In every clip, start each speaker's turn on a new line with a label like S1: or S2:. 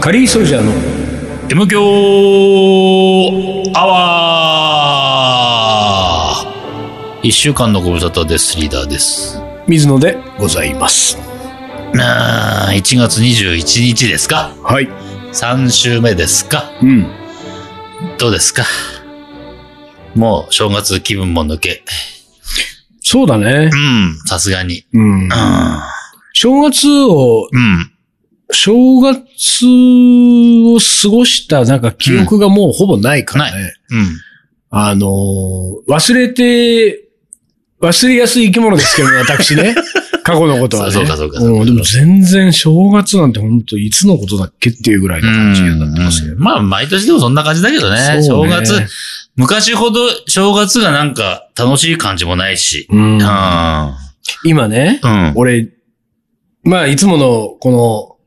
S1: カリーソルジャーの
S2: M 強アワー一週間のご無沙汰です。リーダーです。
S1: 水野でございます
S2: あー1月21日ですか
S1: はい
S2: ?3 週目ですか
S1: うん
S2: どうですかもう正月気分も抜け。
S1: そうだね
S2: うん、さすがに。
S1: うん
S2: うん、
S1: 正月を
S2: うん、
S1: 正月を過ごしたなんか記憶がもうほぼないからね、
S2: うん。
S1: あのー忘れて忘れやすい生き物ですけどね私 ね過去のことはね。
S2: そうかそうかそうか
S1: うん。でも全然正月なんて本当いつのことだっけっていうぐらいな感じになってますけど
S2: うんまあ、毎年でもそんな感じだけどね。
S1: そう
S2: 正
S1: ね
S2: 月、昔ほど正月がなんか楽しい感じもないし。
S1: うん
S2: うん。う
S1: 今ね、
S2: ん。
S1: 俺、まあ、いつもの、こ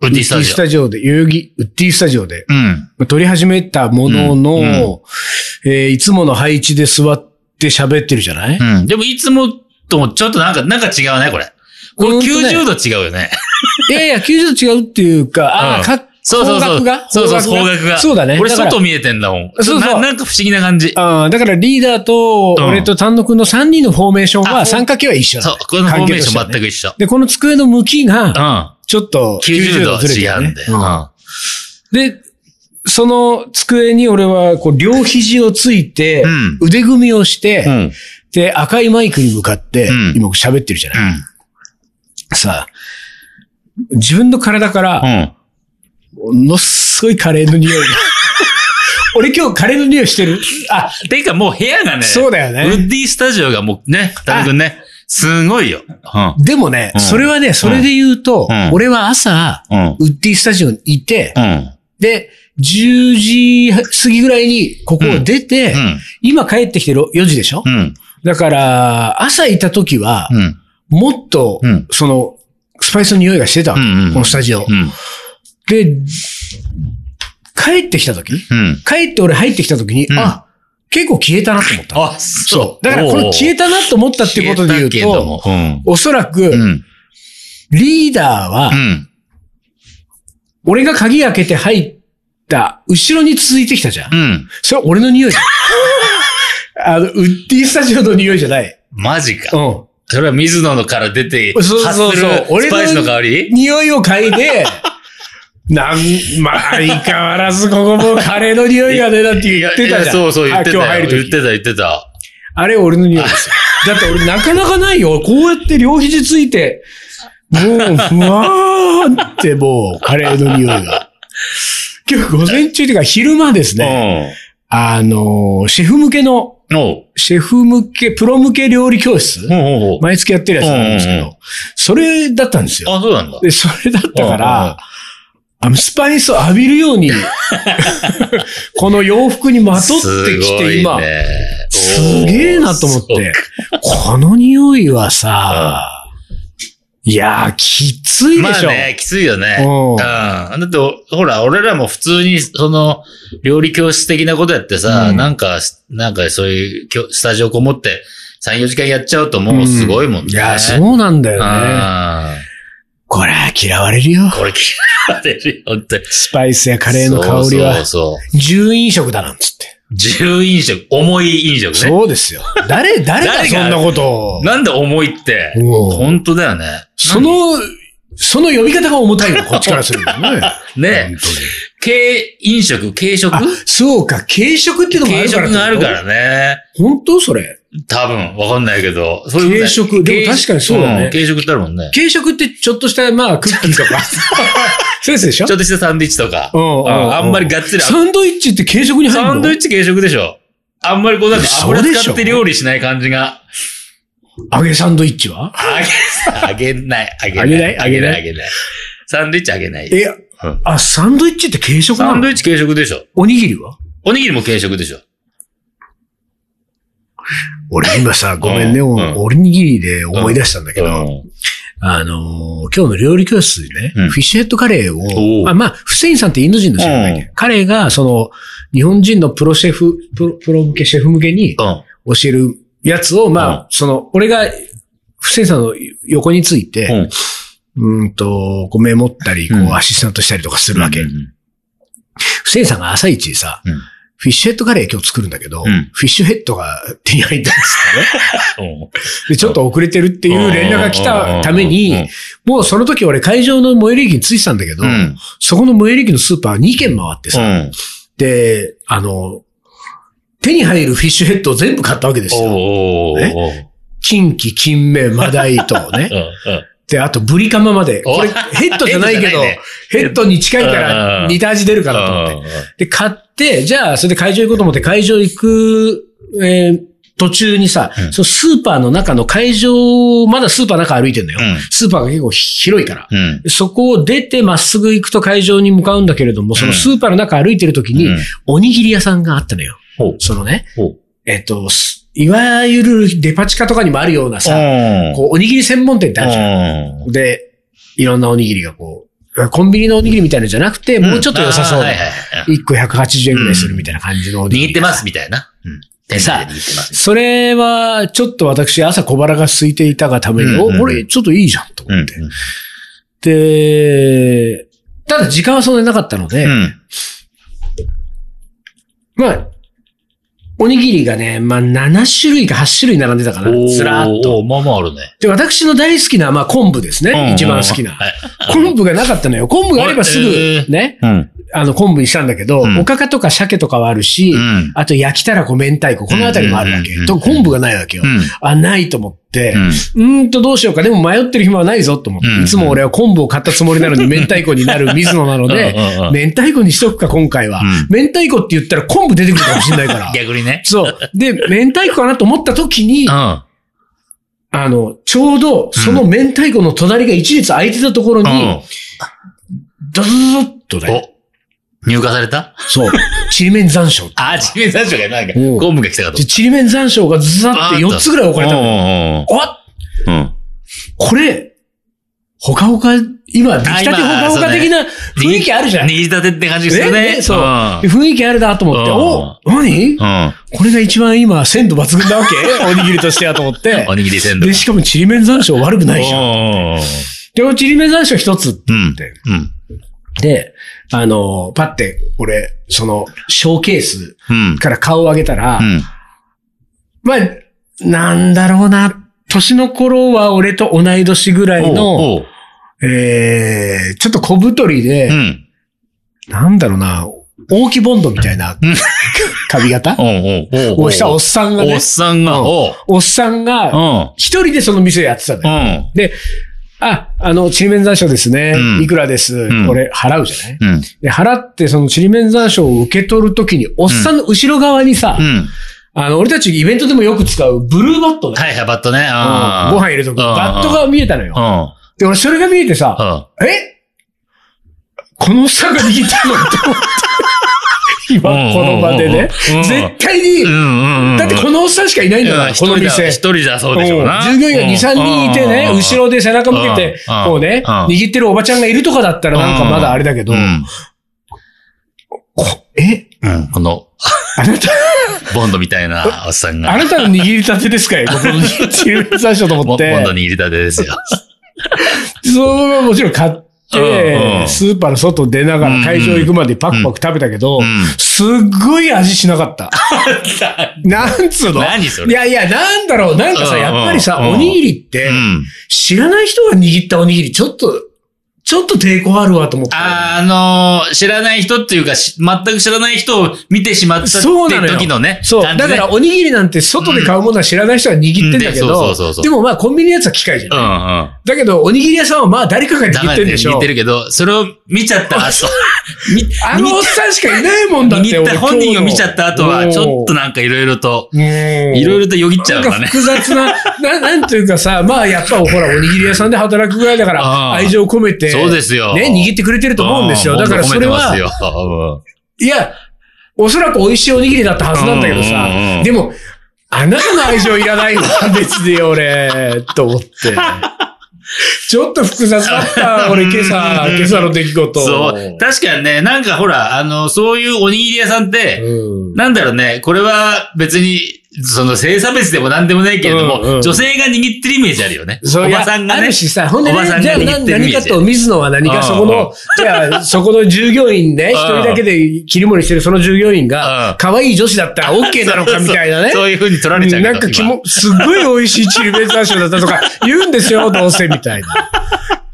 S2: ウッ
S1: の、
S2: ディスタジ
S1: ジオ
S2: オ。
S1: で、代々木、ウッディスタジオで、
S2: うん。
S1: 撮り始めたものの、
S2: うんうん
S1: えーいつもの配置で座って喋ってるじゃない、
S2: うん。でも、いつもともちょっとなんか、なんか違うね、これ。これ
S1: ほんとね
S2: 90度違うよね。
S1: いやいや、90度違うっていうか、ああ、
S2: うん
S1: か、
S2: そうそうそう
S1: 方角が。
S2: そうそう、方
S1: 方
S2: 角
S1: 角
S2: が。
S1: がそうだね
S2: 俺、
S1: だから
S2: 外見えてんだもん。
S1: そうそう
S2: ななんか不思議な感じ。
S1: ああだからリーダーと、
S2: うん
S1: 俺と丹野くんの3人のフォーメーション
S2: あ
S1: は、三角形は一緒だ、
S2: そう
S1: ね。、
S2: このフォーメーショ
S1: 関係とし
S2: ン全
S1: てはね
S2: く一緒。
S1: で、この机の向き
S2: う
S1: が、
S2: ん。
S1: ちょっと
S2: 90度は
S1: ずれて
S2: 違
S1: る、ね。
S2: うんだよ。
S1: うん
S2: う
S1: で、その机に俺はこう両肘をついて
S2: うん、
S1: 腕組みをして、
S2: ん。うん。
S1: で、赤いマイクに向かって、
S2: うん
S1: 今喋ってるじゃない、さあ、自分の体から、
S2: うん。
S1: ものすごいカレーの匂いが。 俺今日カレーの匂いしてるあ、
S2: ていうかもう部屋がね、
S1: そうだよ
S2: ウ
S1: ね。
S2: ッディスタジオがもうね、たぶくんね、すごいよ。う
S1: でもね、
S2: うん
S1: それはね、それで言うと、
S2: うん
S1: 俺は朝、
S2: ん。うん。
S1: ウッディスタジオにいて、
S2: うん。
S1: で、10時過ぎぐらいにここを出て、
S2: うん。
S1: 今帰ってきて4時でしょ、
S2: うん。
S1: だから、朝いた時は、
S2: うん。
S1: もっと、
S2: うん
S1: その、スパイスの匂いがしてたわけ、
S2: うんうん
S1: このスタジオ。
S2: うん。
S1: で、帰ってきた時
S2: うん。
S1: 帰って俺入ってきた時に、
S2: うん
S1: あ、結構消えたなと思った。
S2: あ、そ
S1: そう。だからこの消え
S2: た
S1: たなと思ったってことで言う
S2: 消えたけども
S1: と、
S2: うん。
S1: おそらく、
S2: うん。
S1: リーダーは
S2: う、ん。
S1: 俺が鍵開けて入った、後ろに続いてきたじゃん。
S2: うん。
S1: それは俺の匂いだ。 あの、ウッディスタジオの匂いじゃない。
S2: マジ
S1: う
S2: か。
S1: ん。
S2: それは水野のから出て、
S1: そうそうそう
S2: 発するスパイスの香り
S1: 匂いを嗅い で、なん、まあ、相変わらずここもカレーの匂いがね、だって言ってた
S2: い
S1: じ
S2: や
S1: ゃん。
S2: そうそう、言ってたよ
S1: あ。今日
S2: 言
S1: 入
S2: っ
S1: る
S2: て
S1: と
S2: た、言ってた。
S1: あれ俺の匂いですよ。だって俺なかなかないよ。こうやって両肘ついて、もう、ふわーってもう、カレーの匂いが。今日午前中というか昼間ですね。あの、シェフ向けの、
S2: うん。おう。
S1: シェフ向け、プロ向け料理教室
S2: おうおうおう
S1: 毎月やってるやつなんですけ
S2: うんうんう
S1: ど、それだったんですよ。
S2: あ、そうなんだ。
S1: で、それだったから、あの、スパイスを浴びるよう に、この洋服にまとってきて、今、すげえなと思っ。
S2: すごい
S1: て、
S2: ね
S1: この匂いはさ、いやー、きつ
S2: お
S1: い
S2: ー
S1: で
S2: まあ
S1: しょ。
S2: ね、きついよね。
S1: うん
S2: うん。だって、ほら、俺らも普通に、その、料理教室的なことやってさ、
S1: うん
S2: なんか、なんかそういうきょ、スタジオこもって、3、4時間やっちゃうともうすごいもんね。
S1: いやー、そうなんだよね。
S2: あ
S1: これは嫌われるよ。
S2: ーこれ嫌われるよって。
S1: スパイスやカレーの香り
S2: そう
S1: は、
S2: そうそう。
S1: 重飲食だなんつって。
S2: 重飲食、重い飲食ね。
S1: そうですよ。誰、誰が
S2: 誰
S1: そ
S2: が
S1: んなことを。
S2: なんで重いって。
S1: うん
S2: 本当だよね。
S1: その、その呼び方が重たいの、こっちからする とね。
S2: ね
S1: 本、当に
S2: 軽飲食、軽食
S1: あ、そうか、軽食っていうのもあ
S2: 軽
S1: るから。
S2: 食があるからね。
S1: 本当それ。
S2: 多分、わかんないけど。そういう
S1: 軽食でも確かにそうだね
S2: ん軽食ってあるもんね。
S1: 軽食ってちょっとした、まあ、クッキーと か。そうですでしょ
S2: ちょっとしたサンドイッチとか。
S1: うんうんうん
S2: あんまりがっつり。
S1: サンドイッチって軽食に入るの
S2: サンドイッチ軽食でしょ。あんまりこうなんか
S1: 嘘
S2: 油
S1: でしょ
S2: 使って料理しない感じが。
S1: 揚げサンドイッチは
S2: あげ、あげない、あげ
S1: あげ
S2: な。
S1: ないい
S2: あげない、あ
S1: あ
S2: げない。サンドイッチあげない。
S1: え、
S2: うん
S1: あ、サンドイッチって軽食
S2: サ
S1: な
S2: ンド
S1: の
S2: イッチ軽食でしょ。
S1: おにぎりは
S2: おにぎりも軽食でしょ。
S1: 俺今さ、ごめんね、
S2: うん
S1: お
S2: うん
S1: おにぎりで思い出したんだけ
S2: う
S1: ど、
S2: ん。
S1: あのー今日の料理教室でね、
S2: うん
S1: フィッシュヘッドカレー
S2: おう
S1: を、あまあ、フセインさんってインド人の人じゃないね
S2: う
S1: 彼が、その、日本人のプロシェフ、プロプロ向け、シェフ向けに
S2: うん。
S1: 教えるやつを、まあ、
S2: うん
S1: その、俺が、フセインさんの横について、うーんと、こうメモったり、こ
S2: う
S1: う、
S2: ん
S1: アシスタントしたりとかするわけ。
S2: う
S1: 不
S2: ん
S1: 正さんが朝一でさ、
S2: うん
S1: フィッシュヘッドカレー今日作るんだけど、
S2: うん
S1: フィッシュヘッドが手に入ったん ですよね。
S2: うん
S1: で、ちょっと遅れてるっていう連絡が来たために、、もうその時俺会場の最寄り駅に着いてたんだけど、
S2: うんうん
S1: そこの最寄り駅のスーパー2軒回って
S2: う
S1: さ、
S2: ん。
S1: で、あの、手に入るフィッシュヘッドを全部買ったわけですよ。
S2: おーおーおー
S1: 金気、金目、マダイと ね
S2: う。んうん
S1: で、あとブリカマまで。
S2: お
S1: これヘッドじゃないけど、
S2: ヘッドじゃないね
S1: ヘッドに近いから似た味出るかなと思って。で、買って、じゃあ、それで会場行こうと思って、会場行く、えー途中にさ、
S2: うん
S1: そのスーパーの中の会場、まだスーパーの中歩いてんだよ。
S2: うん
S1: スーパーが結構広いから。
S2: うんうん。
S1: そこを出てまっすぐ行くと会場に向かうんだけれども、そのスーパーの中歩いてる時に、
S2: うん
S1: おにぎり屋さんがあったのよ。
S2: ほう
S1: そのね、
S2: ほう
S1: えっ、と、すいわゆるデパ地下とかにもあるようなさ、
S2: うん
S1: こう、おにぎり専門店ってあるじゃん。で、いろんなおにぎりがこう、コンビニのおにぎりみたいなのじゃなくて、
S2: うん
S1: もうちょっと良さそう
S2: あー
S1: な
S2: はい。はいはい
S1: 1個180円ぐらいするみたいな感じのおにぎり
S2: 握ってますみたいな。うん。
S1: でさ
S2: 手で握ってます。
S1: それは、ちょっと私、朝小腹が空いていたがために、
S2: うんうんうん
S1: お、これ、ちょっといいじゃん、と
S2: うん
S1: 思って。で、ただ時間はそんなになかったので、
S2: うん。
S1: まあ、おにぎりがね、まあ、7種類か8種類並んでたかな
S2: お。ー
S1: ずらーっと。。
S2: まあまああるね。
S1: で、私の大好きな、まあ、昆布です
S2: うん
S1: ね。一番好きな。
S2: はい
S1: 昆布がなかったのよ。昆布があればす
S2: あ
S1: ぐ
S2: れ、
S1: ね、
S2: うん。
S1: あの、昆布にしたんだけど、
S2: うん
S1: おかかとか鮭とかはあるし、
S2: うん。
S1: あと焼きたらこ明太子、このあたりもあるわけ
S2: うんうんうんう。ん
S1: と、昆布がないわけよ。
S2: うん
S1: あ、ないと思って、
S2: うん
S1: うーんとどうしようか。でも迷ってる暇はないぞと思って。
S2: うん
S1: いつも俺は昆布を買ったつもりなのに明太子になる水野なので、
S2: うんうんうん
S1: 明太子にしとくか、今回は。
S2: うん
S1: 明太子って言ったら昆布出てくるかもしれないから。
S2: 逆にね。
S1: そう。で、明太子かなと思った時に、
S2: うん。
S1: あ
S2: あ
S1: の、ちょうどその明太子の隣が一列空いてたところに、ドドドドッとね、
S2: お、入荷された
S1: そう、ちりめん残暑っていうのが。
S2: あ、地面山椒がなんか、
S1: うん
S2: ゴムが来たかと
S1: でちりめん残暑がずざって4つぐらい置かれたのよ。
S2: 思
S1: おっ
S2: った。うんうんうん。
S1: これ、ほかほか、今、出来たてほかほか的な雰囲気あるじゃん。
S2: 握りたてって感じする
S1: ね
S2: ね。
S1: ねそうんで雰囲気あるなと思って、
S2: うん
S1: お何
S2: うん。
S1: これが一番今、鮮度抜群なわけ おにぎりとしてはと思って
S2: お。にぎり鮮度が。
S1: で、しかも、ちりめん山椒悪くないじゃん。
S2: うん
S1: でも、ちりめん山椒一つって
S2: う
S1: 言
S2: ん
S1: っ。て。
S2: うん。
S1: で、あの、パって、俺、その、ショーケース
S2: うん。
S1: から顔を上げたら
S2: う、ん。
S1: まあ、なんだろうな。年の頃は俺と同い年ぐらいの、
S2: おうおう
S1: えー、ちょっと小太りで、
S2: うん。
S1: なんだろうな、大木ボンドみたいな
S2: うん、
S1: 髪型
S2: おうおうおうお
S1: を
S2: う
S1: したおっさんが
S2: お
S1: ね
S2: っ、さんが、
S1: うん
S2: おう
S1: おっさん
S2: う
S1: が、
S2: ん。
S1: 一人でその店やってたの
S2: う
S1: よ。
S2: ん。
S1: で、あ、あの、ちりめん山椒ですね
S2: う。ん
S1: いくらです
S2: ん。
S1: これ、払うじゃない
S2: うん。
S1: で、払って、そのちりめん山椒を受け取るときに、おっさんの後ろ側にさ
S2: う、ん。
S1: あの、俺たちイベントでもよく使うブルーバットね。
S2: はいはい、バットね。
S1: うん
S2: ご
S1: ご飯入れとく。バットが見えたのよ。
S2: う
S1: で、俺それが見えてさ、
S2: ん。うん。
S1: えこのおっさんが握ったのと思って。今、この場でね。
S2: うん
S1: 絶対に、
S2: うんうんうん。
S1: だってこのおっさんしかいないんだから、
S2: うん
S1: この店。
S2: 一人じゃそうでしょうな。
S1: うん従業員が2、3人いてね、後ろで背中向けて、
S2: うん
S1: こうね、
S2: うん
S1: 握ってるおばちゃんがいるとかだったらなんかまだあれだけど、
S2: うん
S1: こえ
S2: うんこの、
S1: あなた、
S2: ボンドみたいなおっさんが。
S1: あなたの握りたてですかい僕の握り最初と思
S2: ボ
S1: っ
S2: ンボンド
S1: て。
S2: に入れたてですよ。
S1: そのままもちろん買っ
S2: うんう
S1: て、
S2: ん
S1: スーパーの外出ながら会場行くまでパクパク食べたけど
S2: う、ん
S1: すっごい味しなか った。なんつうの
S2: 何そ
S1: い
S2: れ
S1: やいや、なんだろう。なんかさ、
S2: うん
S1: やっぱりさ、
S2: うん
S1: おにぎりっ
S2: う
S1: て、
S2: ん。
S1: 知らない人が握ったおにぎり、ちょっと、ちょっと抵抗あるわと思った。
S2: あの、知らない人っていうか、し全く知らない人を見てしまったって
S1: そうなのよ
S2: 時のね。
S1: そう。
S2: 感じ
S1: だ
S2: ね
S1: から、おにぎりなんて外で買うものは知らない人が握ってんだけ
S2: うんうん
S1: ど
S2: でそうそうそうそ、う
S1: でもまあコンビニのやつは機械じゃ。
S2: うんん
S1: だけど、おにぎり屋さんはまあ誰かが
S2: うん。だ
S1: 握
S2: か
S1: って
S2: ら
S1: んでしょ
S2: 似て。るけど、それを見ちゃった後、見
S1: あのおっさんしかいないもんだって。
S2: 握っ
S1: 俺
S2: た本人を見ちゃった後は、ちょっと
S1: な、
S2: なんかいろいろと、い
S1: い
S2: ろいろとよぎっちゃ
S1: な
S2: うんか
S1: から
S2: ね。
S1: 複雑 な、な、なんていうかさ、まあやっぱほら、おにぎり屋さんで働くぐらいだか
S2: あ
S1: ら、
S2: あ
S1: 愛情込めて、
S2: そうですよ
S1: ね、握ってくれてると思うんですよ。だからそれは、
S2: は、
S1: いや、おそらく美味しいおにぎりだったはずなんだけどさ
S2: うんうんう、ん
S1: でも、あなたの愛情いら ないわ、別に俺、と思って。ちょっと複雑だった、俺今朝、今朝の出来事。
S2: そう。確かにね、なんかほら、あの、そういうおにぎり屋さんって、
S1: うん
S2: なんだろうね、これは別に、その性差別でも何でもないけれども、
S1: うんうん
S2: 女性が握ってるイメージあるよね。
S1: そう
S2: お
S1: いや
S2: ばさんが
S1: あ
S2: ね
S1: る。しさ、ほんで、
S2: おばさ
S1: ね、
S2: ん
S1: じ
S2: が
S1: ゃあ
S2: 握
S1: な
S2: ってるイメ
S1: 何
S2: ー
S1: か
S2: ジで
S1: と、水野は何かそこ
S2: うんうん
S1: の、じゃあ、そこの従業員ね、一人だけで切り盛りしてるその従業員
S2: うん
S1: が、可愛い女子だったら OK なのかみたいなね。
S2: そうそういう風に取られちゃうけど
S1: なんか気
S2: 今
S1: も、すごい美味しいチリベーザーショーだったとか言うんですよ、どうせみたいな。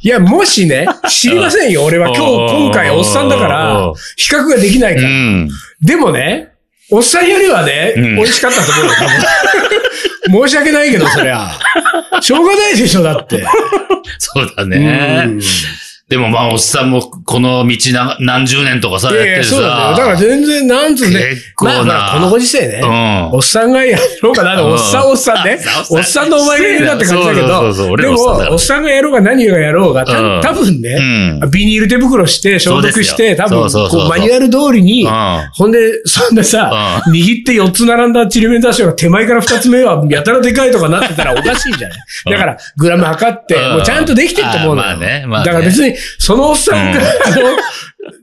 S1: いや、もしね、知りませんよ。俺は今
S2: おー
S1: 日、今回、おっさんだか
S2: お
S1: ら
S2: ー、
S1: 比較ができないから。
S2: うん。
S1: でもね、おっさんよりはね、
S2: うん
S1: 美味しかったと思うよ多分。申し訳ないけど、そりゃ。しょうがないでしょ、だって。
S2: そうだ
S1: う
S2: ね
S1: ん。
S2: でもまあ、おっさんもこの道な何十年とかさ、
S1: い
S2: や
S1: や
S2: っ
S1: い
S2: て
S1: や
S2: る
S1: そうだね。
S2: さ
S1: だ。から全然、なんつうね。
S2: 結構な
S1: まあまあこのご時世ね。
S2: うん
S1: おっさんがやろうかな、
S2: うん
S1: おっさんおっさんね。
S2: お
S1: お
S2: っ
S1: っ
S2: さ
S1: さ
S2: ん
S1: んのお前がいるなって感じだけ
S2: そうそうそうそう
S1: ど、
S2: 俺
S1: で
S2: らおっさんだから
S1: も、おっさんがやろうが何がやろうが、
S2: うん
S1: た多分ね
S2: う、
S1: ビニール手袋して消毒し
S2: そうで
S1: て、
S2: すよ
S1: 多
S2: そうそ
S1: 分、
S2: うそう
S1: こ
S2: そう
S1: うマニュアル通りに
S2: う、ん
S1: ほんで、そんなさ、握って4つ並んだチリメンダーショーが手前から2つ目はやたらでかいとかなってたらおかしいじゃない。
S2: うん
S1: だから、グラム測って、
S2: うん
S1: もうちゃんとできてると思うのよ。
S2: あーまあねまあね
S1: だから別に、そのおっさんが、あの、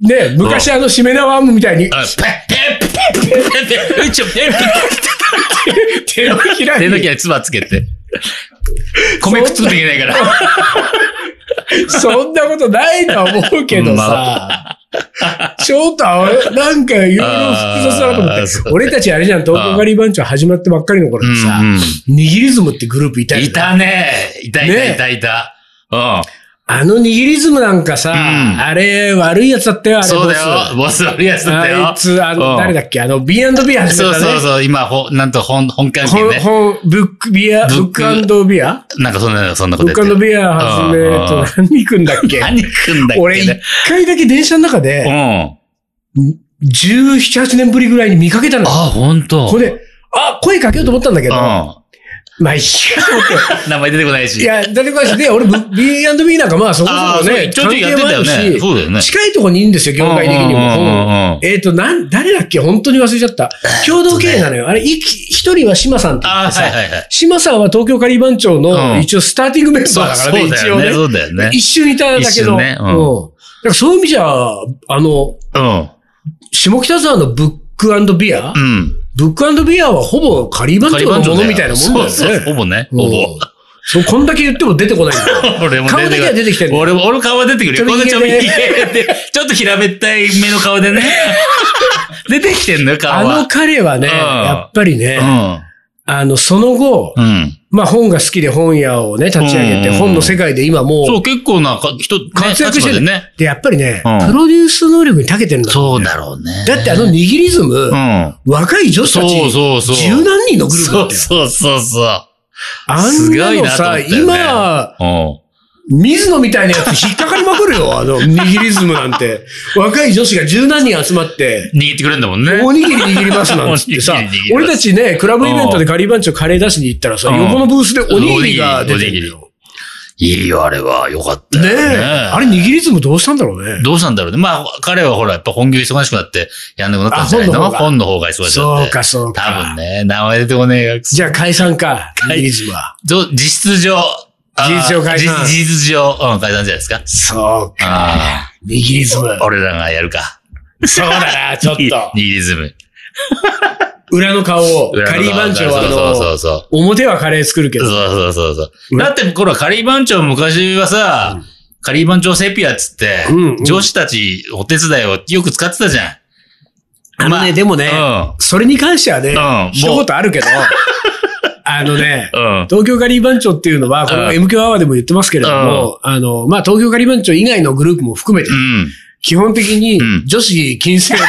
S1: ね、昔あの、しめ縄みたいに、
S2: あペッペッペッペッペッペッうちょペッペッ
S1: 手のひら
S2: 手の
S1: に
S2: ひ、らに唾つけて。米食っつもいけないから。
S1: そんなことないとは思うけどさ。ちょっと、なんか、いろいろ複雑だなと思
S2: あー
S1: っ
S2: そう
S1: て
S2: ね。
S1: 俺たちあれじゃん、東京ガリバンチョ始まってばっかりの頃にさ
S2: うんうん、
S1: 握りズムってグループいたよね
S2: いたね。いたいた
S1: ね
S2: いたいた。うん。
S1: あの握りズムなんかさ、
S2: ん
S1: あれ、悪いやつだったよ、あれ。
S2: そうだよ。ボス悪いやつだったよ。
S1: あいつ、あの、
S2: うん
S1: 誰だっけあの、B&B 始めたね。
S2: そうそうそう。今、ほ、なんと本、本関係
S1: ほん
S2: ね。
S1: ほんブック、ビア、
S2: ブ
S1: ブ
S2: ッ
S1: ッ
S2: ク
S1: クビア
S2: なんかそんな、そんなこ
S1: ブ
S2: と
S1: ック
S2: やってる。
S1: ビア始めと、何行くんだっけ
S2: 何くんだっけね
S1: 俺、一回だけ電車の中
S2: うん。
S1: で、
S2: あ
S1: 17、8年ぶりぐらいに見かけたのよ。
S2: あ、ほんと。
S1: これ、あ、声かけようと思ったんだけ
S2: う
S1: ど、
S2: ん。
S1: まあ、いいや、と思って。
S2: 名前出てこないし。
S1: いや、だってかしで、俺、ブ B&B なんかまあ、そこ
S2: ああ、
S1: そこね、
S2: ちょいちょいやってたよ
S1: 関係もある
S2: ね。
S1: し
S2: そうだよね。
S1: 近いとこにいいんですよ、業界的に
S2: うんうんうんうん
S1: も。えっ、と、なん、誰だっけ本当に忘れちゃ った。共同経営なのよ。あれ、いき一人は島さんって言っ
S2: ああ、
S1: てさ、
S2: はいはいはい。
S1: 島さんは東京カリバン町
S2: うん
S1: の一応スターティングメンバーだからね、
S2: そうだ
S1: 一
S2: よ
S1: 応
S2: ね。
S1: ね。
S2: そうだよね。
S1: 一瞬いたんだけど。
S2: 一瞬ねうん
S1: だからそういう意味じゃ、あの、
S2: うん。
S1: 下北沢のブックビア、
S2: うん。
S1: ブックビアはほぼカリバン町のものみたいなもんだよね。
S2: そうそう、ほぼね。ほ
S1: もう
S2: ぼ。
S1: そう、こんだけ言っても出てこないんだよ。
S2: 俺も
S1: 顔だけは出てきてる
S2: 俺も、俺顔は出てくる
S1: ち
S2: よ。こ
S1: ょ
S2: の
S1: びひ
S2: ちょ
S1: げで
S2: びひげで、ちょっと平べったい目の顔でね。 出てきてんの
S1: あ
S2: よ、顔は。
S1: の彼はね、
S2: うん
S1: やっぱりね、
S2: う
S1: あの、その後、
S2: ん。うん。
S1: まあ本が好きで本屋をね、立ち上げ
S2: うん
S1: て、本の世界で今も、
S2: そうう、結構なか人、ね
S1: 活躍して
S2: 立場で
S1: る
S2: ね。
S1: で、やっぱりね、
S2: うん
S1: プロデュース能力に長けてるんだ。
S2: そうだろうね。
S1: だってあの握りズム、
S2: うん。
S1: 若い女子たち、
S2: そうそうそう。
S1: 十何人のグループだ
S2: そ
S1: っ
S2: う
S1: たよ。
S2: そうそうそう。
S1: あ
S2: す
S1: ん
S2: ご
S1: ないの
S2: なと思
S1: さ、
S2: ったよね
S1: 今、
S2: うん。
S1: 水野みたいなやつ引っかかりまくるよ、あの握りズムなんて。若い女子が十何人集まって、
S2: 握ってくれるんだもんね。
S1: おにぎり握りますなんつって
S2: お
S1: さ
S2: にぎり握り、ます
S1: 俺たちね、クラブイベントでガリバンチョカレー出しに行ったらさ、
S2: うん
S1: 横のブースでおにぎりが出てるよ。
S2: いいよ、あれは。よかった
S1: ね
S2: よ
S1: え。
S2: ね。
S1: あれ握りズムどうしたんだろうね。
S2: どうしたんだろうね。まあ、彼はほら、やっぱ本業忙しくなって、やんなくなったんじゃないの
S1: あ
S2: 本
S1: 本
S2: の方が忙しくな
S1: そ
S2: っ
S1: う
S2: て。
S1: か、そう
S2: 多分
S1: か。
S2: ね、名前出てこねえよ。
S1: じゃあ解散か、握りズムは。
S2: ど実質上。あー
S1: 実質上解散
S2: 実実質上、うん、解散じゃないですか。
S1: そう
S2: あ
S1: か。握りズム。
S2: 俺らがやるか。
S1: そうだな、ちょっ
S2: ニ
S1: と。
S2: リズム。
S1: 裏の顔を、
S2: 裏
S1: カ
S2: の
S1: リー番長はあ
S2: そうそ
S1: の、
S2: うそう。
S1: 表はカレー作るけ
S2: そう
S1: ど。
S2: そうそうそうう。
S1: ん
S2: だって、これはカリー番長昔はさ、カリー番長セピアっつって、
S1: うんうん
S2: 女子たちお手伝いをよく使ってたじゃ
S1: あ
S2: ま
S1: の
S2: あ
S1: ね、でもね、
S2: ん。
S1: それに関してはね
S2: うん、
S1: 一
S2: もう
S1: 言ある けど、あのね、
S2: うん。 うん。
S1: 東京ガリバンチョっていうのは、こ
S2: うん
S1: の MQ アワーでも言ってますけれども、あの、まあ、東京ガリバンチョ以外のグループも含めて、
S2: うん。
S1: 基本的に
S2: うん
S1: 女子禁制 のね、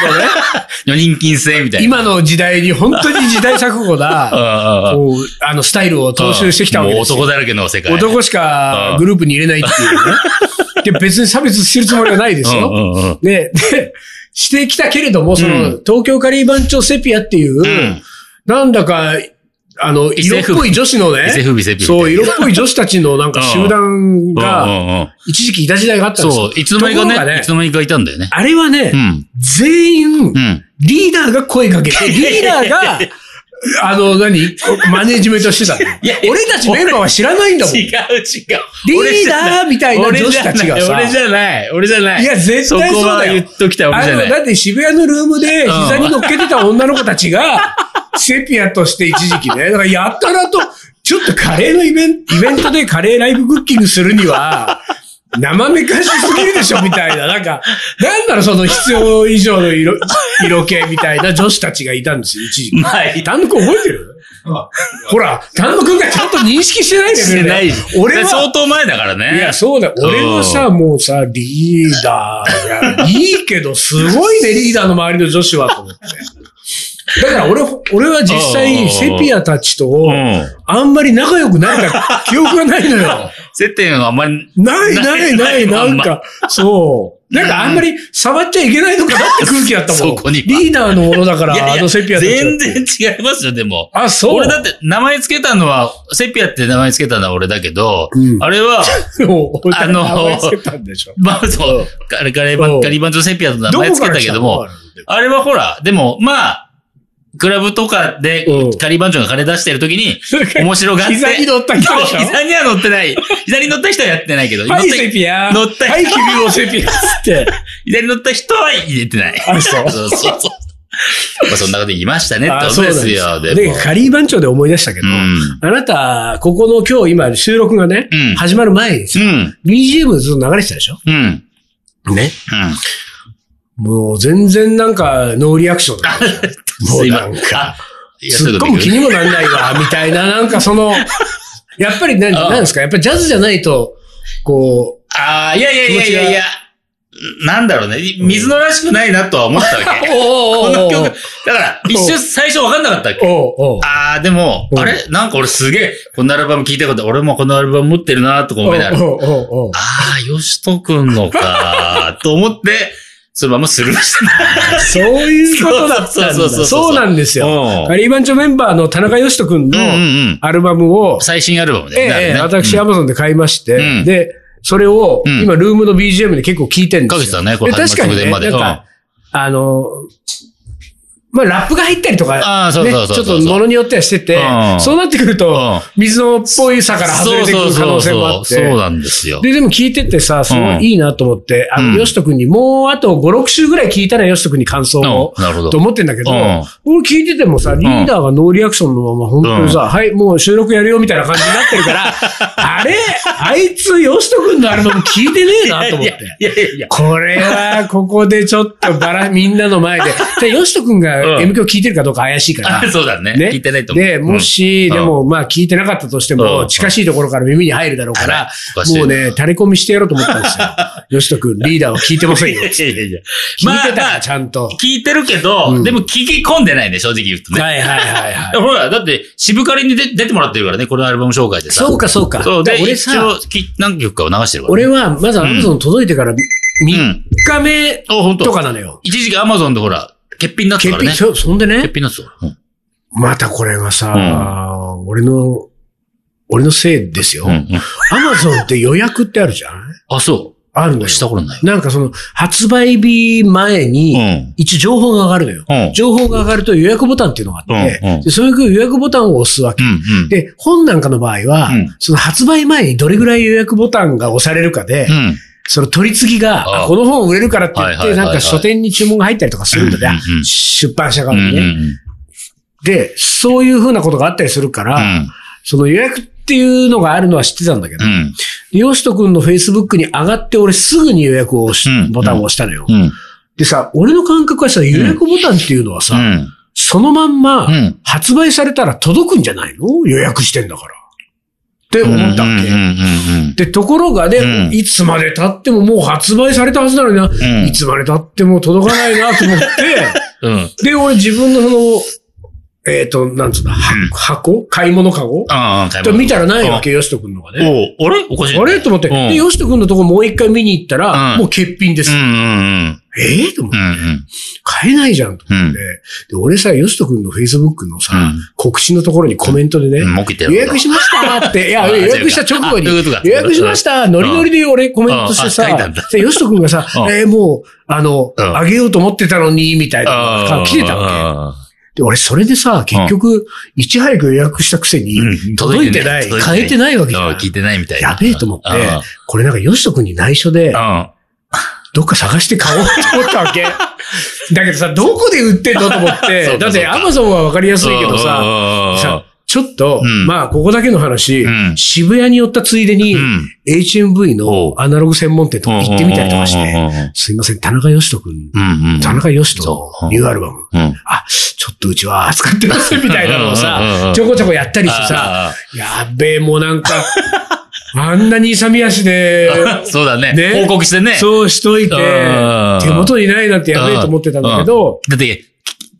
S2: 4人禁制みたいな。
S1: 今の時代に本当に時代錯誤
S2: うん
S1: な、
S2: うんうん、
S1: こう、あの、スタイルを踏襲してきたわけです
S2: もう
S1: よ。
S2: 男だらけの世界。
S1: 男し
S2: う
S1: か
S2: ん
S1: グループに入れないっていうね。で、別に差別してるつもりはないですよ。
S2: うんうんうん。
S1: ね、で、してきたけれども、そうの、東京カリーバンチョセピアっていう、
S2: うん
S1: なんだか、あの、色っぽい女子のね
S2: 伊、勢風靡セピアみたい
S1: そ
S2: な
S1: う、色っぽい女子たちのなんか集団
S2: うんう
S1: が、
S2: んうん
S1: 一時期いた時代があったんです
S2: そ
S1: よ
S2: う、。いつの間にか
S1: ところが
S2: ね、
S1: ね
S2: いつの間にかいたんだよね。
S1: あれはね
S2: う、ん。
S1: 全員
S2: う、ん。
S1: リーダーが声かけ て、リーダーが、あの、何マネージメントしてたの
S2: いや
S1: 俺たちメンバーは知らないんだもん。
S2: 違う違
S1: リ
S2: う。
S1: ーダーみたいな女子たちがさ。
S2: 俺じゃない。俺じゃない。
S1: いや、絶対
S2: そ
S1: そ
S2: こ
S1: う
S2: は
S1: だ
S2: 言
S1: よ
S2: っ。ときた俺
S1: あ
S2: じゃ
S1: の、
S2: ない。
S1: だって渋谷のルームで膝に乗っけてた女の子たちが、 セピアとして一時期ね。だからやたらと、ちょっとカレーのイベンイベントでカレーライブクッキングするには、生めかしすぎるでしょみたいな。なんか、なんだろ、その必要以上の色、色気みたいな女子たちがいたんですよ、一時期。
S2: まあ、い
S1: 丹野くん覚えてるほら、丹野くんがちゃんと認識してないです
S2: して
S1: よね。
S2: ない。
S1: 俺は
S2: 相当前だからね。
S1: いや、そうだ。俺もさ、もうさ、リーダーが、いいけど、すご いね、リーダーの周りの女子は、と思って。だから俺、俺は実
S2: うん
S1: 際、セピアたちと
S2: う、ん。
S1: あんまり仲良くなった記憶がないのよ。
S2: 接点があんまり、
S1: ないないな
S2: ない
S1: い、
S2: ない
S1: なんか、そう。なんかあんまり触っちゃいけないのかなって空気だったもん。
S2: そこには
S1: リーダーのものだか
S2: いやい
S1: ら、
S2: や
S1: あのセピアたちは。
S2: 全然違いますよ、でも。
S1: あ、そう。
S2: 俺だって名前つけたのは、セピアって名前つけたのは俺だけど、
S1: うん
S2: あれは、
S1: そう俺
S2: あの
S1: 名前つけたんでしょ。
S2: まあそう、カレカレーバン
S1: うん
S2: カリバンとセピアと名前つけたけど
S1: どこ
S2: も
S1: から来、たの
S2: あれはほら、でもまあ、クラブとかで
S1: うん
S2: カリバンジョが金出してる時に、
S1: 膝
S2: 面白がって。
S1: に乗った人でし
S2: そ
S1: ょ
S2: う膝には乗ってない。膝に乗った人はやってない けど、
S1: はい、
S2: 乗って
S1: セピア。
S2: 乗った
S1: はい、君もセピア。つ って。
S2: 左に乗った人は入れてない。
S1: あ、そう。
S2: そうそうそう。まあそんなこと言いましたねってことですよ。で
S1: で
S2: も、。
S1: カリー番長で思い出したけ
S2: う
S1: ど、
S2: ん。
S1: あなた、ここの今日今収録がね
S2: うん、
S1: 始まる前にさ、
S2: うん。
S1: BGM ずっと流れてたでしょ
S2: うん。うん。
S1: ね。もう全然なんかノーリアクションだったでし ょ。もうなんか、
S2: あ。いや、そう
S1: 突
S2: いう
S1: っ
S2: こ
S1: 込
S2: と
S1: む
S2: でき
S1: 気
S2: る
S1: にもなんないわ、みたいな、なんかそ の、やっぱり何、
S2: ああ
S1: なんですかやっぱりジャズじゃないと、こ
S2: ああ、いやいやいやいやいや。なんだろうね。
S1: ん
S2: 水野らしくないなとは思ったわ
S1: う、
S2: け。
S1: お
S2: こ
S1: ー
S2: の
S1: おー
S2: 曲。
S1: お
S2: だ
S1: ー
S2: から、一瞬最初わかんなかったわけ。
S1: おーおー
S2: ああ、でも、
S1: うん
S2: あれなんか俺すげえ、このアルバム聞いたこと、俺もこのアルバム持ってるなとか思いながら。
S1: おーおーおー
S2: ああ、吉とくんのか、と思って、そのままスルーして
S1: そういうことだったんだ。
S2: そ
S1: そう
S2: そう
S1: う
S2: そうそうそう
S1: なんですよ。
S2: うん
S1: カリーバンチョメンバーの田中義人君
S2: うんう
S1: の
S2: んうん。
S1: アルバムを、
S2: 最新アルバムだ
S1: え
S2: よ
S1: え
S2: ねあれ
S1: ええ
S2: ね。
S1: 私、
S2: うん
S1: アマゾンで買いまして、
S2: うん
S1: で、それを、
S2: うん
S1: 今、ルームの BGM で結構聞いてるんで
S2: かけ
S1: す
S2: て
S1: よ。
S2: たね、これ。
S1: で確かに、
S2: 初め
S1: ね、
S2: ま
S1: な
S2: で
S1: ん
S2: うん
S1: か、あの、まあ、ラップが入ったりとか、
S2: ああそうそうそうそう
S1: ねちょっとものによってはしてて、
S2: うん
S1: そうなってくると、
S2: う
S1: 水野っぽいさから外れてくる可能性もあって、
S2: そうそうそうそうなんですよ。
S1: で、でも聞いてってさ、すご
S2: うん
S1: いいいなと思って、あ
S2: うん
S1: の、ヨシト君に、もうあと5、6週ぐらい聞いたらヨシト君に感想
S2: うん
S1: を、
S2: なるほ
S1: と
S2: ど。
S1: 思ってんだけど、
S2: うん
S1: 俺聞いててもさ、リーダーがノーリアクションのまま、本当にさ、はい、もう収録やるよみたいな感じになってる から、あれあいつ、ヨシト君のアルバム聞いてねえなと思って。
S2: いやいやいや。
S1: これは、ここでちょっとばら、みんなの 前で。で、ヨシト君
S2: うん
S1: が M 響聞いてるかどうか怪しいから。
S2: あ そうだね。
S1: ね
S2: 聞いてないと思う。
S1: で、もし、
S2: うん
S1: でも、まあ、聞いてなかったとして
S2: うん
S1: も、近しいところから耳に入るだろうか
S2: あら
S1: ら
S2: おかしい、な
S1: もうね、垂れ込みしてやろうと思ったんです よ。吉しと君、リーダーは聞いてま
S2: うん。
S1: せん
S2: い
S1: よ。
S2: や
S1: 聞い
S2: いやいやいや。
S1: てた
S2: まあま
S1: ら、
S2: あ
S1: ちゃんと。
S2: 聞いてるけど、
S1: うん
S2: でも聞き込んでないね、正直言うとね。
S1: はいはいはいはい。
S2: ほら、だって、渋刈りに出出てもらってるからね、このアルバム紹介でさ。
S1: そうかそうか。
S2: そう。で、
S1: 俺
S2: 一
S1: さ、
S2: 応、き何曲かを流してるからね。
S1: 俺は、まずアマゾン届いてから3
S2: うん。
S1: 日目
S2: あ、本当。
S1: とかなのよ。
S2: 一時期アマゾンでほら、欠品になった
S1: 欠
S2: からね
S1: 品、。そうそんで
S2: 欠
S1: ね、
S2: 品になってたから。
S1: またこれがさ、俺の、俺のせいですよ
S2: う。んうんうん。
S1: アマゾンって予約ってあるじゃん
S2: あ、そ
S1: あるの
S2: う。
S1: よ。
S2: したことない。
S1: なんかその、発売日前
S2: う
S1: に、
S2: ん。
S1: 一応情報が上がるのよ。
S2: うん。
S1: 情報が上がると予約ボタンっていうのがあって、
S2: うんうん
S1: でそういう予約ボタンを押すわ
S2: う
S1: け。
S2: んうん。
S1: で、本なんかの場合は、
S2: うん
S1: その発売前にどれぐらい予約ボタンが押されるかで、
S2: うん。
S1: その取り次ぎ
S2: あ
S1: が、
S2: あ
S1: あこの本売れるからって言って、
S2: はいはいはいは
S1: な
S2: い
S1: んか書店に注文が入ったりとかするんだね、
S2: うんうんうん
S1: 出版社
S2: う
S1: 側
S2: ん
S1: にね、
S2: うん
S1: で、そういうふうなことがあったりするから、その予約っていうのがあるのは知ってたんだけど
S2: う、ん。
S1: でヨシト君の Facebook に上がって、俺すぐに予約を押し
S2: うん
S1: ボタンを押したのよ。
S2: うん。うん。
S1: でさ、俺の感覚はさ、予約ボタンっていうのはさ、
S2: うん。
S1: そのまんま
S2: うん、
S1: 発売されたら届くんじゃないの予約してんだから。って思ったわ
S2: うんうん
S1: け。で、ところがね、
S2: うん
S1: いつまで経ってももう発売されたはずなのにな、
S2: うんうん
S1: いつまで経っても届かないなと思 って、
S2: うん。うん。
S1: で、俺自分のその、えっ、と、なんつうの、は
S2: うん
S1: 箱買い物カゴ
S2: ああ、買い
S1: と
S2: 物
S1: 見たらないわけ、よしとくんのがね。
S2: おうあれおかしい。
S1: あれと思って、
S2: うん
S1: で、よしとくんのとこもう一回見に行った
S2: う
S1: ら、
S2: ん
S1: もう欠品で
S2: う
S1: す。
S2: んうん
S1: ええと思っ
S2: う
S1: て、
S2: ん。うん
S1: 買えないじゃんと
S2: うん。う
S1: 思っ
S2: ん
S1: て。で、俺さ、よしとくんの Facebook のさ、
S2: うん
S1: 告知のところにコメントでね、
S2: うん。文句言って
S1: 予
S2: やる
S1: 約しましたって、いや、
S2: あ違う
S1: 予
S2: か
S1: 約した直後に
S2: あそういうことか、
S1: 予約しました、ノリノリで俺コメントして
S2: うん
S1: さ
S2: あ書いたんだ、
S1: で、よしとくんがさ
S2: う、ん
S1: えー、もう、あの、
S2: うん
S1: あげようと思ってたのに、みたいなの
S2: あ
S1: が
S2: あ。
S1: 来てたわけ。
S2: わ
S1: で、俺それでさ、結局、いち早く予約したくせに、
S2: うん
S1: 届いてない、
S2: 届いてない
S1: 変えてないわけじゃん
S2: 聞いてないみたいな。
S1: やべえと思って
S2: うん、
S1: これなんかよしとくんに内緒で、
S2: うん。
S1: どっか探して買おうと思った わけ。だけどさ、どこで売ってんのと思っ
S2: そ
S1: て、
S2: うか
S1: だって
S2: そう
S1: ア
S2: か
S1: マゾンはわかりやす
S2: う
S1: いけどさ、さ
S2: さ、
S1: ちょっと、
S2: うん
S1: まあ、ここだけの話、
S2: うん
S1: 渋谷に寄ったついでに、
S2: うん
S1: HMV
S2: お
S1: の
S2: う
S1: アナログ専門店とか行ってみたりとかして、
S2: て。
S1: すいません、田中義人くん、
S2: うんうん。
S1: 田中義人
S2: そう
S1: のニューアルバム、
S2: うん。
S1: あ、ちょっとうちは扱って ます、みたいなのを
S2: うんうんう
S1: さ
S2: ん、
S1: ちょこちょこやったりしてさ、
S2: あ
S1: やっべえ、もうなんか、 あんなに勇み足 で、
S2: あそうだね。
S1: ね
S2: 報告してね。
S1: そうしといて
S2: うん、
S1: 手元にないなんてやべえと思ってたんだけど、
S2: だって、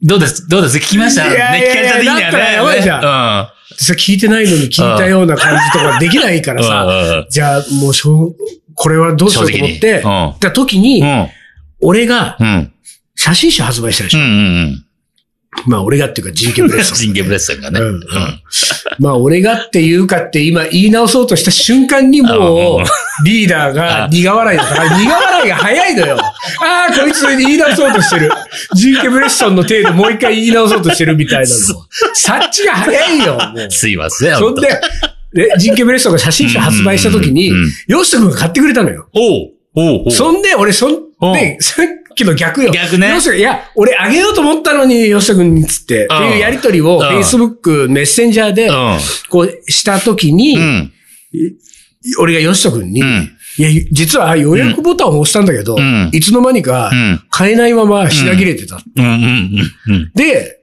S2: どうですどうです聞きました
S1: いやい
S2: ね聞か
S1: やいや
S2: れたらいいん
S1: だ
S2: だよね。
S1: ったらやばいじゃん
S2: ん。
S1: それ聞いてないのに聞いたような感じとかできないからさ、
S2: うん
S1: じゃあもうしょう、これはどうしようと思って、
S2: 正直にうん
S1: た時に、
S2: うん。
S1: 俺が
S2: うん。
S1: 写真集発売したでし
S2: う
S1: ょ。
S2: んうん
S1: まあ俺がっていうか GK ブ
S2: う
S1: レ
S2: ん。
S1: ス
S2: 人間ブレスさんがね。
S1: う
S2: う
S1: うん
S2: んん。
S1: まあ俺がっていうかって今言い直そうとした瞬間にも
S2: う
S1: うリーダーが苦笑いだから、苦笑いが早いのよ。ああ、こいつ言い直そうとしてる。GK ブレッソンの程度もう一回言い直そうとしてるみたいなの。察知が早いよ。もう
S2: すいません。
S1: そんで、で、ジンケブレストが写真集発売した時に
S2: うんうんうんうん、
S1: ヨシト君が買ってくれたのよ。
S2: おうおうおう
S1: そんで、俺、そ
S2: お
S1: ん、
S2: う
S1: で、さっきの逆よ。
S2: 逆ね
S1: ヨシト君いや、俺あげようと思ったのに、ヨシト君につって、って
S2: うん
S1: いうやりとりを、
S2: うん
S1: Facebook メッセンジャーで、こう、した時に
S2: うん。う、ん。
S1: 俺がヨシト君に、
S2: うん。
S1: いや、実は予約ボタンを押したんだけど
S2: うん、
S1: いつの間にか
S2: うん、
S1: 買えないまま品切れてた。
S2: うん。うん。うん。
S1: で、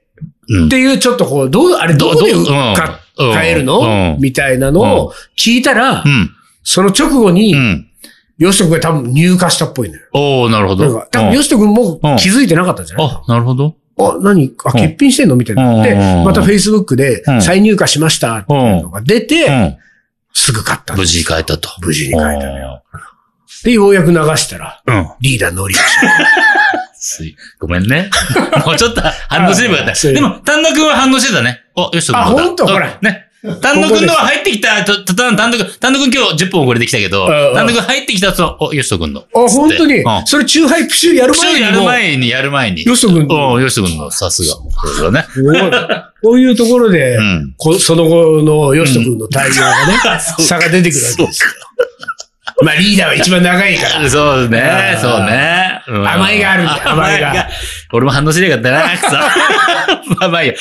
S2: うん
S1: っていう、ちょっとこう、どう、あれ、どこで
S2: どどうん
S1: か
S2: うん
S1: 買える
S2: うん
S1: のみたいなのを聞いたら
S2: う、ん。
S1: その直後に
S2: う、ん。
S1: ヨシト君が多分入荷したっぽいのよ。
S2: おおなるほ
S1: な
S2: ど。
S1: んか、多分ヨシト君も気づいてなかったんじゃ
S2: うん
S1: ない
S2: あ、なるほど。
S1: あ、何あ、
S2: うん
S1: 欠品してんのみたいな。で、
S2: うんうんうんうん
S1: また Facebook で
S2: うん
S1: 再入荷しましたっていうのが出
S2: う
S1: て、
S2: ん。
S1: すぐ買ったの。
S2: 無事に変えたと。
S1: 無事に買えたのよ。
S2: よ。
S1: で、ようやく流したら、
S2: うん。
S1: リーダー乗り出し
S2: すい。ごめんね。 もうちょっと反応すればよかっ
S1: す
S2: た。
S1: い
S2: でも、丹野くんは反応してたね。お、よしと
S1: あ
S2: また
S1: ほんとほら
S2: ね。丹野くんのは入ってきた、と、と、丹野くん、丹野くん今日10分遅れてきたけど、
S1: うんうん
S2: 丹野くん入ってきたと、お、よしとくんの。
S1: た。あ、本当に
S2: うん。
S1: それ、チューハイプシューやる
S2: プシューや
S1: 前に
S2: る
S1: も。
S2: 前に、やる前に。
S1: ヨシト君の
S2: およしとくんの、さすが。そうだね。
S1: おいこういうところで
S2: うん、
S1: こその後のヨシト君の対応が ね、差が出てくるわけですよ。まあ、リーダーは一番長 いから。
S2: そうね
S1: う、ん
S2: そうね。うん
S1: 甘いがあるんだ甘いが。
S2: 俺も反応しなかったな、 くそ。まあまあいいよ。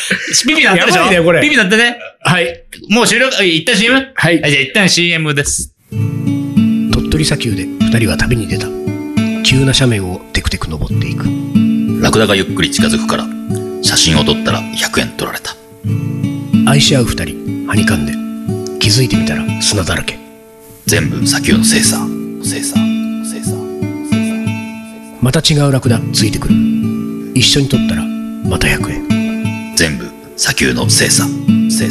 S2: ピピなったでし
S1: や
S2: ょ
S1: ばいねこれ
S2: ピピなってね。
S1: はい。
S2: もう終了、一旦 CM? はい
S1: はい
S2: じゃあ。一旦 CM です。
S1: 鳥取砂丘で2人は旅に出た急な斜面をテクテク登っていく
S3: ラクダがゆっくり近づくから写真を撮ったら100円取られた
S1: 愛し合う2人はにかんで気づいてみたら砂だらけ
S3: 全部砂丘の精査精査精査精査
S1: また違うラクダついてくる一緒に撮ったらまた100円
S3: 全部砂丘の精査精査精査精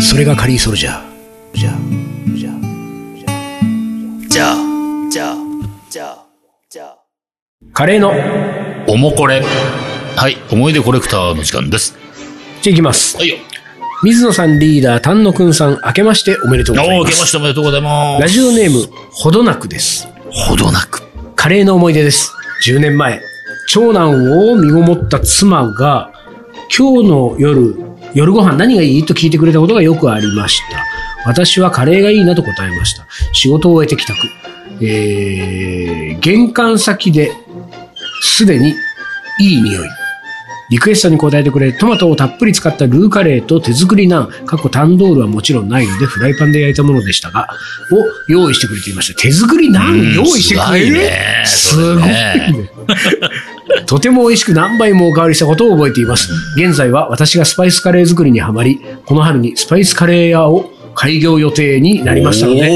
S3: 査
S1: それがカリーソルジャーじゃあじゃあ
S3: じゃあじゃあじゃあじゃあ
S1: カレーの
S2: おもこれ。はい、思い出コレクターの時間です。
S1: じゃあいきます
S2: はいよ。
S1: 水野さんリーダー丹野くんさん明けましておめでとう
S2: お
S1: ござい
S2: ー、
S1: ま
S2: けまし
S1: す
S2: ておめでとうございま
S1: ラ
S2: す。
S1: ジオネームほどなくです
S3: ほどなく
S1: カレーの思い出です。10年前、長男を身ごもった妻が、今日の夜、夜ご飯何がいいと聞いてくれたことがよくありました。私はカレーがいいなと答えました。仕事を終えて帰宅。えー、玄関先ですでにいい匂い。リクエストに応えてくれ、トマトをたっぷり使ったルーカレーと手作りナン、過去タンドールはもちろんないので、フライパンで焼いたものでしたが、を用意してくれていました。手作りナン用意してくれる
S2: す
S1: す
S2: ご
S1: ご
S2: い
S1: い
S2: ね。
S1: ね。とても美味しく何倍もおかわりしたことを覚えています。現在は私がスパイスカレー作りにはまり、この春にスパイスカレー屋を開業予定になりましたので、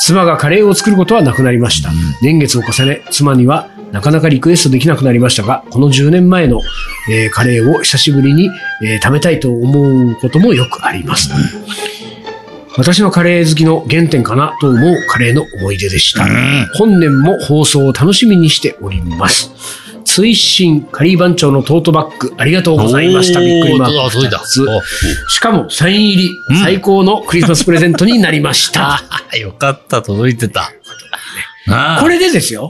S1: 妻がカレーを作ることはなくなりました。年月を重ね、妻にはなかなかリクエストできなくなりましたが、この10年前の、えーカレーを久しぶりに、えー食べたいと思うこともよくあります。私のカレー好きの原点かなと思うカレーの思い出でした。本年も放送を楽しみにしております。追伸カリー番長のトートバッグありがとうございました。
S2: おー
S1: びっくりマーク
S2: あ届いた
S1: 二つしかもサイン入り、
S2: うん
S1: 最高のクリスマスプレゼントになりました。
S2: あ、よかった、届いてた。あー
S1: これでですよ
S2: う。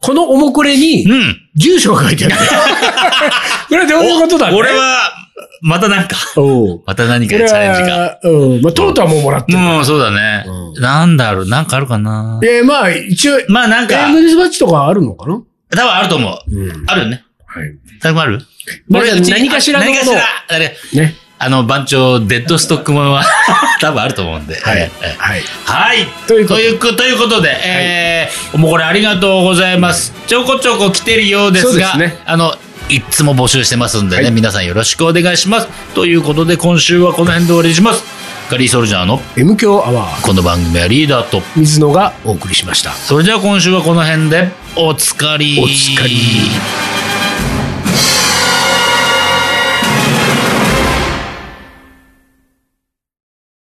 S1: このおもこれに
S2: ん。うん。
S1: 住所が書いてある。 これはどういうことだね
S2: 俺は、またなんか、
S1: おう
S2: また何
S1: こ
S2: か
S1: れ
S2: チャレンジか。
S1: は、うん。まあ、トートはもうもらってる。
S2: もうそうだね。
S1: うん
S2: なんだろう、なんかあるかな。
S1: えー、まあ、一応、エ
S2: まあなんか
S1: ン、ブリスバッチとかあるのかな
S2: 多分あると思う。
S1: うん。
S2: あるよね。
S1: はい。
S2: たくある
S1: まあ
S2: 俺うち
S1: 何かしらの
S2: 何
S1: も
S2: か
S1: の
S2: し
S1: を
S2: らあれ、
S1: ね。
S2: あの、番長、デッドストックものは 多分あると思うんで。
S1: はい
S2: ええ
S1: はい。
S2: はい。
S1: ということ
S2: というこということで、えーもうこれありがとうございます。ちょこちょこ来てるようですが、
S1: そうですね
S2: あの、いつも募集してますんでね、
S1: はい
S2: 皆さんよろしくお願いします。ということで、今週はこの辺で終わりにします。ガリーソルジャーの
S1: M 強アワー、
S2: この番組はリーダーと、
S1: 水野がお送りしました。
S2: それでは今週はこの辺で、おつかり。
S1: おつかり